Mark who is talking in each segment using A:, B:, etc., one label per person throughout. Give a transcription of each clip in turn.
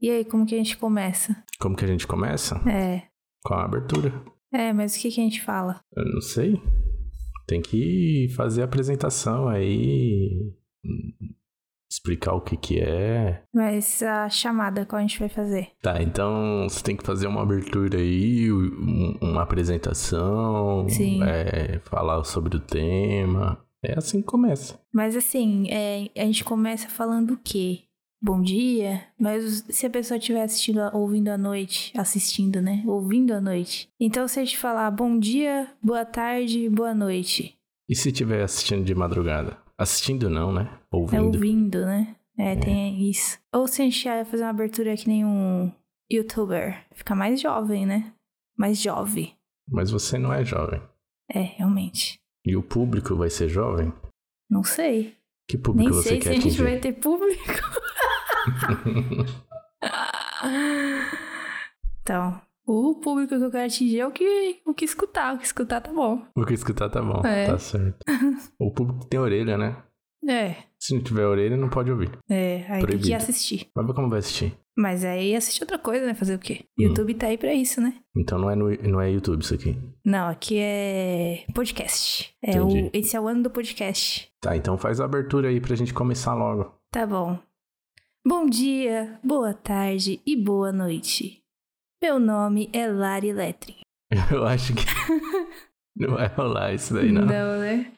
A: E aí, como que a gente começa?
B: Como que a gente começa?
A: É.
B: Com a abertura.
A: É, mas o que, que a gente fala?
B: Eu não sei. Tem que fazer a apresentação aí. Explicar o que que é.
A: Mas a chamada, qual a gente vai fazer?
B: Tá, então você tem que fazer uma abertura aí, um- uma apresentação.
A: Sim.
B: é, falar sobre o tema. É assim que começa.
A: Mas assim, é, a gente começa falando o quê? Bom dia? Mas se a pessoa estiver assistindo, ouvindo à noite, assistindo, né? Ouvindo à noite. Então, se a gente falar bom dia, boa tarde, boa noite.
B: E se estiver assistindo de madrugada? Assistindo não, né?
A: É
B: Ouvindo.
A: ouvindo, né? É, tem isso. Ou se a gente ia fazer uma abertura que nem um youtuber. Fica mais jovem, né? Mais jovem.
B: Mas você não é jovem.
A: É, realmente.
B: E o público vai ser jovem?
A: Não sei.
B: Que
A: Nem
B: público você
A: sei se
B: quer
A: a gente
B: atingir?
A: vai ter público. então, o público que eu quero atingir é o que, o que escutar. O que escutar tá bom.
B: O que escutar tá bom,
A: É.
B: tá certo. o público tem orelha, né?
A: É,
B: Se não tiver orelha, não pode ouvir.
A: é. Aí tem que
B: Proibido.
A: assistir.
B: Mas como vai assistir?
A: Mas aí assistir outra coisa, né? Fazer o quê?
B: Hum.
A: YouTube tá aí pra isso, né?
B: Então não é, no- não é YouTube isso aqui.
A: Não, aqui é podcast. É
B: Entendi.
A: o, esse é o ano do podcast.
B: Tá, então faz a abertura aí pra gente começar logo.
A: Tá bom. Bom dia, boa tarde e boa noite. Meu nome é Lari Letri.
B: Eu acho que. não vai rolar isso daí, não.
A: né?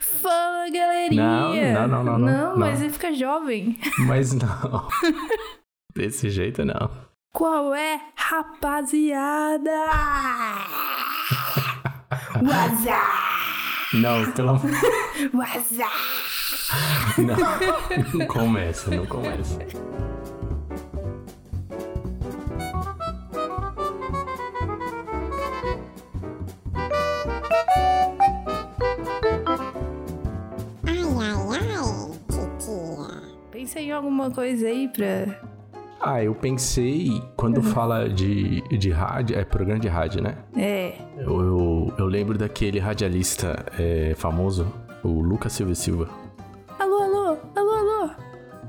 A: Fala, galerinha!
B: Não, não, não, não, não, não.
A: mas ele fica jovem.
B: Mas não. Desse jeito, não.
A: Qual é, rapaziada? Waza!
B: Não, pelo amor.
A: Waza!
B: Não. Não começa, não começa.
C: Ai, ai, ai, titia.
A: Pensa em alguma coisa aí pra.
B: Ah, eu pensei, quando fala de, de rádio, é programa de rádio, né?
A: É.
B: Eu, eu, eu lembro daquele radialista é, famoso, o Lucas Silva e Silva.
A: Alô, alô, alô, alô.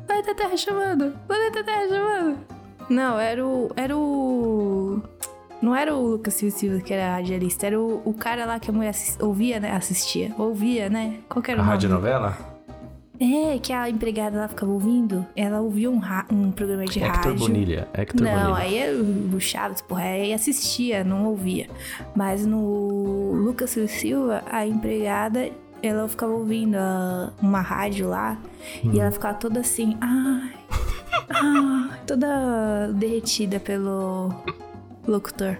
A: Planeta Terra chamando. Planeta Terra chamando. Não, era o. Era o. Não era o Lucas Silva Silva que era radialista, era o, o cara lá que a mulher assis- ouvia, né? Assistia. Ouvia, né? Qual que era
B: A
A: o nome?
B: radionovela?
A: É, que a empregada lá ficava ouvindo. Ela ouvia um, ra- um programa de
B: Hector
A: rádio.
B: Bonilha. Hector
A: Não,
B: Bonilha.
A: aí é eu buchava, porra, aí assistia, não ouvia. Mas no Lucas Silva Silva, a empregada, ela ficava ouvindo ah, uma rádio lá
B: Hum.
A: e ela ficava toda assim, ai, ai, toda derretida pelo locutor.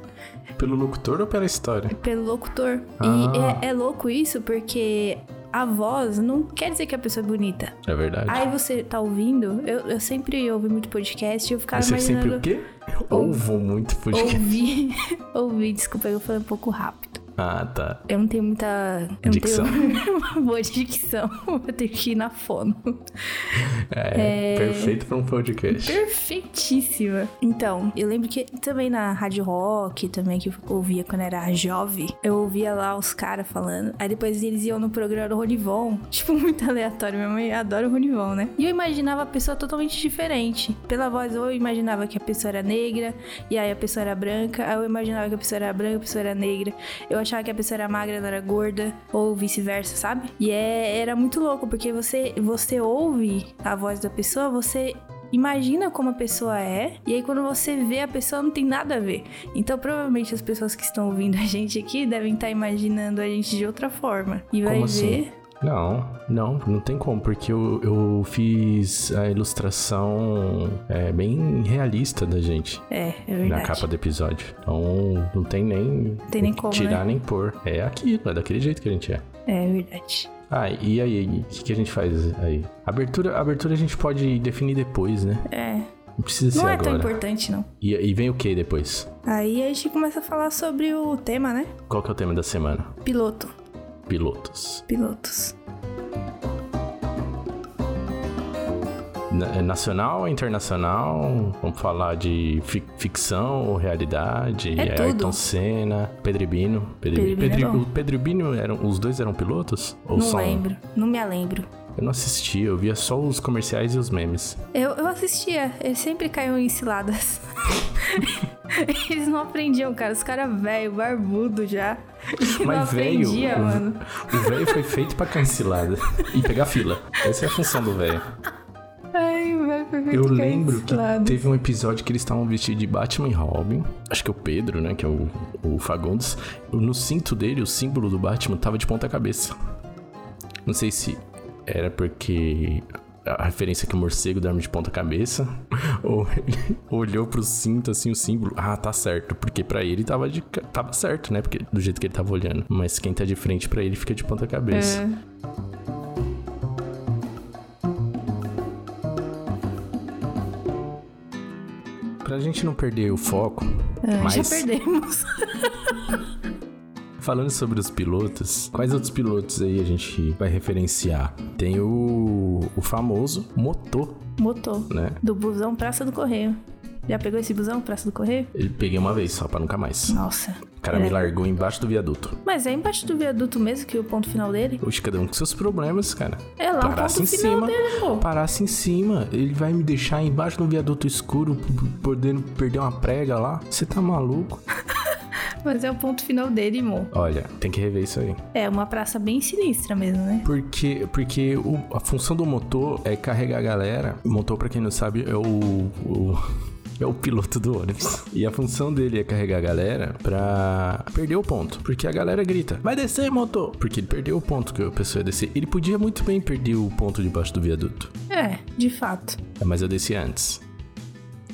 A: é-
B: Pelo locutor ou pela história?
A: Pelo locutor.
B: Ah.
A: E é, é louco isso porque a voz não quer dizer que a pessoa é bonita.
B: É verdade.
A: Aí você tá ouvindo, eu, eu sempre ouvi muito podcast e eu ficava
B: Mas Você
A: imaginando.
B: sempre o quê? Ouvo muito podcast.
A: Ouvi, ouvi, desculpa, eu falei um pouco rápido.
B: Ah, tá.
A: Eu não tenho muita. Eu
B: Dicção.
A: não tenho uma boa dicção. Eu tenho que ir na fono.
B: É, perfeito pra um podcast.
A: Perfeitíssima. Então, eu lembro que também na Rádio Rock, também que eu ouvia quando era jovem, eu ouvia lá os caras falando. Aí depois eles iam no programa do Ronivon. Tipo, muito aleatório. Minha mãe adora o Ronivon, né? E eu imaginava a pessoa totalmente diferente. Pela voz, ou eu imaginava que a pessoa era negra, e aí a pessoa era branca. Aí eu imaginava que a pessoa era branca, a pessoa era negra. Eu achava que a pessoa era magra, ela era gorda, ou vice-versa, sabe? E é, era muito louco, porque você, você ouve a voz da pessoa, você imagina como a pessoa é, e aí quando você vê a pessoa não tem nada a ver. Então provavelmente as pessoas que estão ouvindo a gente aqui devem estar imaginando a gente de outra forma. E vai
B: Como
A: ver.
B: assim? Não, não, não tem como, porque eu, eu fiz a ilustração é, bem realista da gente
A: É, é
B: na
A: verdade.
B: capa do episódio. Então não tem nem,
A: Tem nem como, né?
B: tirar nem pôr. É aquilo, é daquele jeito que a gente é.
A: É verdade.
B: Ah, e aí, o que, que a gente faz aí? Abertura, abertura a gente pode definir depois, né?
A: É.
B: Não precisa
A: Não
B: ser
A: é tão
B: agora.
A: importante, não.
B: E, e vem o que depois?
A: Aí a gente começa a falar sobre o tema, né?
B: Qual que é o tema da semana?
A: Piloto.
B: Pilotos.
A: Pilotos.
B: na- é nacional ou internacional? Vamos falar de fi- ficção ou realidade?
A: É tudo.
B: Ayrton Senna, Pedribino. Pedribino.
A: Pedribino é
B: Pedri-
A: bom.
B: o Pedribino, eram, os dois eram pilotos? Ou
A: não
B: só um?
A: lembro. Não me lembro.
B: Eu não assisti, eu via só os comerciais e os memes.
A: Eu, eu assistia, eles sempre caíam em ciladas. Eles não aprendiam, cara. Os caras velho, barbudo já. não
B: Mas velho,
A: aprendia,
B: o-
A: mano.
B: o velho foi feito pra cancelada e pegar fila. Essa é a função do velho.
A: Ai, velho, foi muito
B: Eu
A: cair em
B: lembro que
A: ciladas.
B: teve um episódio que eles estavam vestidos de Batman e Robin. Acho que é o Pedro, né? Que é o, o Fagundes. No cinto dele, o símbolo do Batman tava de ponta cabeça. Não sei se era porque a referência que o morcego dorme de ponta cabeça ou ele olhou pro cinto assim o símbolo ah tá certo porque pra ele tava de ca- tava certo né porque do jeito que ele tava olhando mas quem tá de frente pra ele fica de ponta cabeça
A: É.
B: Pra gente não perder o foco,
A: É,
B: mas
A: Já perdemos.
B: falando sobre os pilotos, quais outros pilotos aí a gente vai referenciar? Tem o, o famoso Motor,
A: Motor.
B: né?
A: Do busão Praça do Correio. Já pegou esse busão Praça do Correio?
B: Ele peguei uma vez só pra nunca mais.
A: Nossa.
B: O cara
A: É.
B: me largou embaixo do viaduto.
A: Mas é embaixo do viaduto mesmo que é o ponto final dele?
B: Oxe, cada um com seus problemas, cara.
A: É lá o
B: Parasse
A: ponto
B: em
A: final
B: cima.
A: dele, pô.
B: Parasse em cima. Ele vai me deixar embaixo do viaduto escuro, p- p- podendo perder uma prega lá. Você tá maluco?
A: Mas é o ponto final dele, amor.
B: Olha, tem que rever isso aí.
A: É uma praça bem sinistra mesmo, né?
B: Porque, porque o- a função do motor é carregar a galera. O motor, pra quem não sabe, é o. o- é o piloto do ônibus. E a função dele é carregar a galera pra perder o ponto. Porque a galera grita, vai descer, motor! Porque ele perdeu o ponto que a pessoa ia descer. Ele podia muito bem perder o ponto debaixo do viaduto.
A: É, de fato.
B: É, Mas eu desci antes.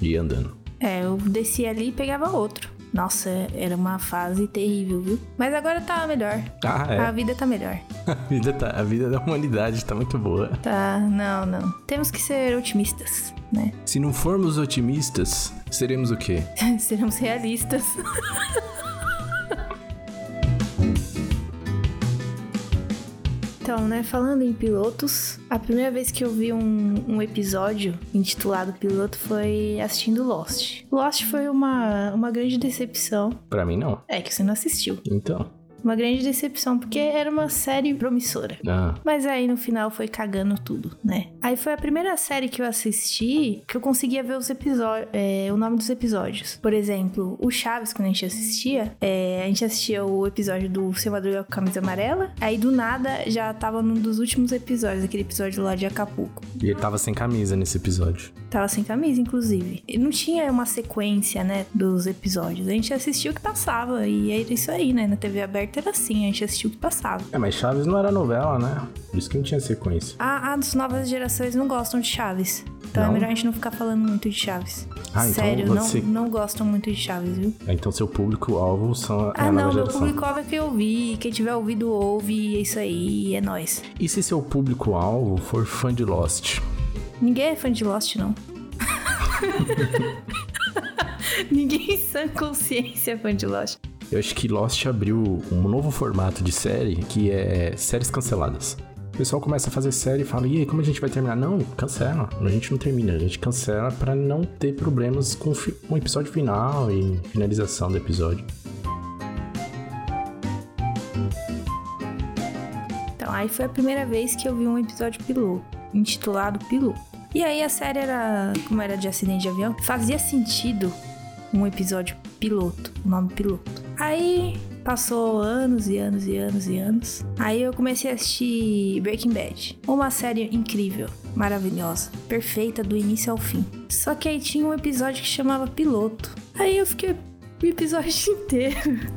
B: E ia andando.
A: É, eu descia ali e pegava outro. Nossa, era uma fase terrível, viu? Mas agora tá melhor.
B: Ah, é.
A: A vida tá melhor.
B: A vida, tá- a vida da humanidade tá muito boa.
A: Tá, não, não. Temos que ser otimistas, né?
B: Se não formos otimistas, seremos o quê?
A: Seremos realistas. Então, né, falando em pilotos, a primeira vez que eu vi um, um episódio intitulado Piloto foi assistindo Lost. Lost foi uma, uma grande decepção.
B: Pra mim, não.
A: É que você não assistiu.
B: Então.
A: Uma grande decepção, porque era uma série promissora.
B: Ah,
A: Mas aí no final foi cagando tudo, né? Aí foi a primeira série que eu assisti que eu conseguia ver os episódios, o nome dos episódios. Por exemplo, o Chaves, quando a gente assistia, é, a gente assistia o episódio do Seu Madruga com Camisa Amarela. Aí do nada já tava num dos últimos episódios, aquele episódio lá de Acapulco.
B: E ele tava sem camisa nesse episódio.
A: Tava sem camisa, inclusive. E não tinha uma sequência, né, dos episódios. A gente assistia o que passava. E era isso aí, né? Na TV aberta era assim, a gente assistia o que passava.
B: É, mas Chaves não era novela, né? Por isso que não tinha sequência.
A: Ah, ah, das novas gerações não gostam de Chaves. Então
B: Não?
A: é melhor a gente não ficar falando muito de Chaves.
B: Ah, então
A: Sério,
B: você-
A: não, não gostam muito de Chaves, viu?
B: Ah, Então seu público-alvo são a, é
A: Ah,
B: a
A: não,
B: nova
A: meu
B: geração.
A: público-alvo é que eu ouvi. Quem tiver ouvido, ouve. É isso aí, é nóis.
B: E se seu público-alvo for fã de Lost?
A: Ninguém é fã de Lost, não. Ninguém em sã consciência é fã de Lost.
B: Eu acho que Lost abriu um novo formato de série que é séries canceladas. O pessoal começa a fazer série e fala, e aí, como a gente vai terminar? Não, cancela. A gente não termina, a gente cancela pra não ter problemas com o fi- com o episódio final e finalização do episódio.
A: Então, aí foi a primeira vez que eu vi um episódio piloto, intitulado Piloto. E aí a série era, como era de acidente de avião, fazia sentido um episódio piloto, o nome piloto. Aí passou anos e anos e anos e anos. Aí eu comecei a assistir Breaking Bad, uma série incrível, maravilhosa, perfeita do início ao fim. Só que aí tinha um episódio que chamava Piloto. Aí eu fiquei o episódio inteiro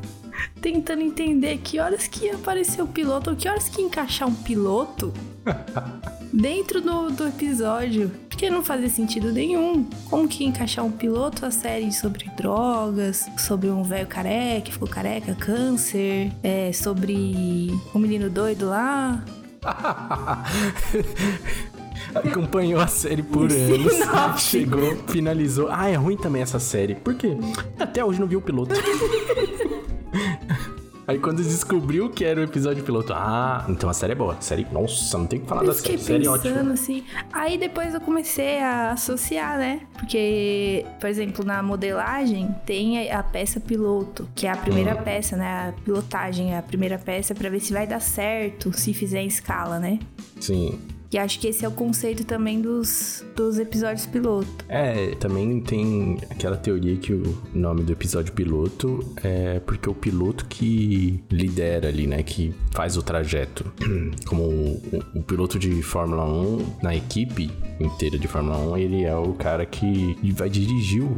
A: tentando entender que horas que ia aparecer o piloto, ou que horas que ia encaixar um piloto dentro do, do episódio. Porque não fazia sentido nenhum. Como que ia encaixar um piloto a série sobre drogas, sobre um velho careca, que ficou careca, câncer, é, sobre um menino doido lá.
B: Acompanhou a série por anos. Chegou, finalizou. Ah, é ruim também essa série. Por quê? Até hoje não vi o piloto. Aí quando descobriu que era o episódio piloto, ah, então a série é boa. A série, nossa, não tem o que falar
A: Eu
B: da
A: fiquei
B: série. A série é ótima.
A: pensando assim. Aí depois eu comecei a associar, né? Porque, por exemplo, na modelagem tem a a peça piloto, que é a primeira
B: Hum.
A: peça, né? A pilotagem, é a primeira peça pra ver se vai dar certo, se fizer em escala, né?
B: Sim.
A: E acho que esse é o conceito também dos, dos episódios piloto.
B: É, também tem aquela teoria que o nome do episódio piloto é porque é o piloto que lidera ali, né? Que faz o trajeto. Como o, o- o piloto de Fórmula 1, na equipe inteira de Fórmula 1, ele é o cara que vai dirigir o,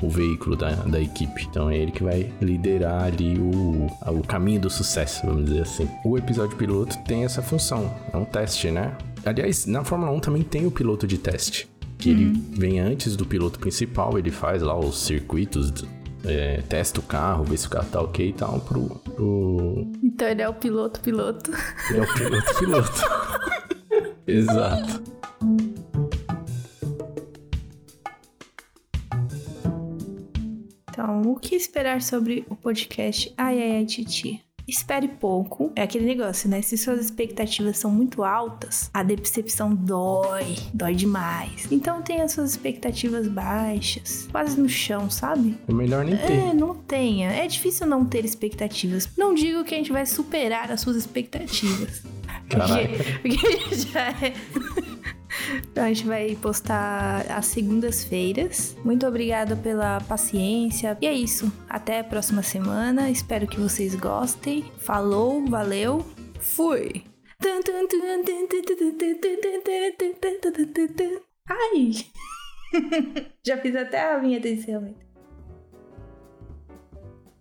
B: o veículo da, da equipe. Então é ele que vai liderar ali o, o caminho do sucesso, vamos dizer assim. O episódio piloto tem essa função, é um teste, né? Aliás, na Fórmula 1 também tem o piloto de teste que ele
A: Uhum.
B: vem antes do piloto principal, ele faz lá os circuitos, é, testa o carro, vê se o carro tá ok e tal, pro, pro...
A: Então ele é o piloto piloto.
B: ele é o piloto piloto. Exato.
A: Então, o que esperar sobre o podcast Ai Ai Ai Titi? Espere pouco. É aquele negócio, né? Se suas expectativas são muito altas, a decepção dói, dói demais. Então tenha suas expectativas baixas, quase no chão, sabe?
B: É melhor nem ter.
A: É, não tenha. É difícil não ter expectativas. Não digo que a gente vai superar as suas expectativas.
B: Caralho.
A: Porque, porque já é. Então, a gente vai postar às segundas-feiras. Muito obrigada pela paciência. E é isso. Até a próxima semana. Espero que vocês gostem. Falou, valeu. Fui. Ai! Já fiz até a vinheta de encerramento.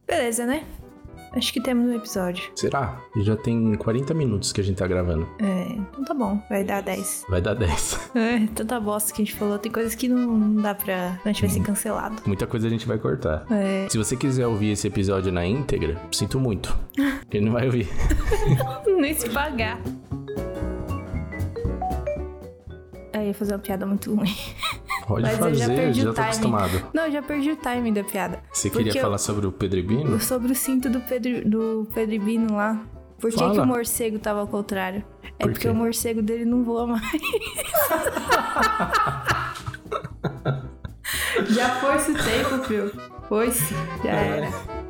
A: Beleza, né? Acho que temos um episódio.
B: Será? Já tem 40 minutos que a gente tá gravando.
A: É, então tá bom, vai dar 10.
B: Vai dar 10.
A: É, tanta bosta que a gente falou, tem coisas que não, não dá pra. A gente vai ser cancelado.
B: Muita coisa a gente vai cortar.
A: É.
B: Se você quiser ouvir esse episódio na íntegra, sinto muito. Ele não vai ouvir.
A: Nem se pagar. Aí É, eu ia fazer uma piada muito ruim.
B: Pode
A: Mas eu já
B: fazer,
A: perdi o
B: tô
A: timing.
B: acostumado.
A: Não, eu já perdi o timing da piada.
B: Você
A: Porque
B: queria
A: eu-
B: falar sobre o Pedrebino?
A: Sobre o cinto do Pedro, do Pedro Ibino lá. Por que,
B: Fala.
A: que o morcego tava ao contrário? É
B: Por
A: porque
B: quê?
A: o morcego dele não voa mais.
B: É.
A: Já foi esse tempo, Phil. Foi-se. Já era.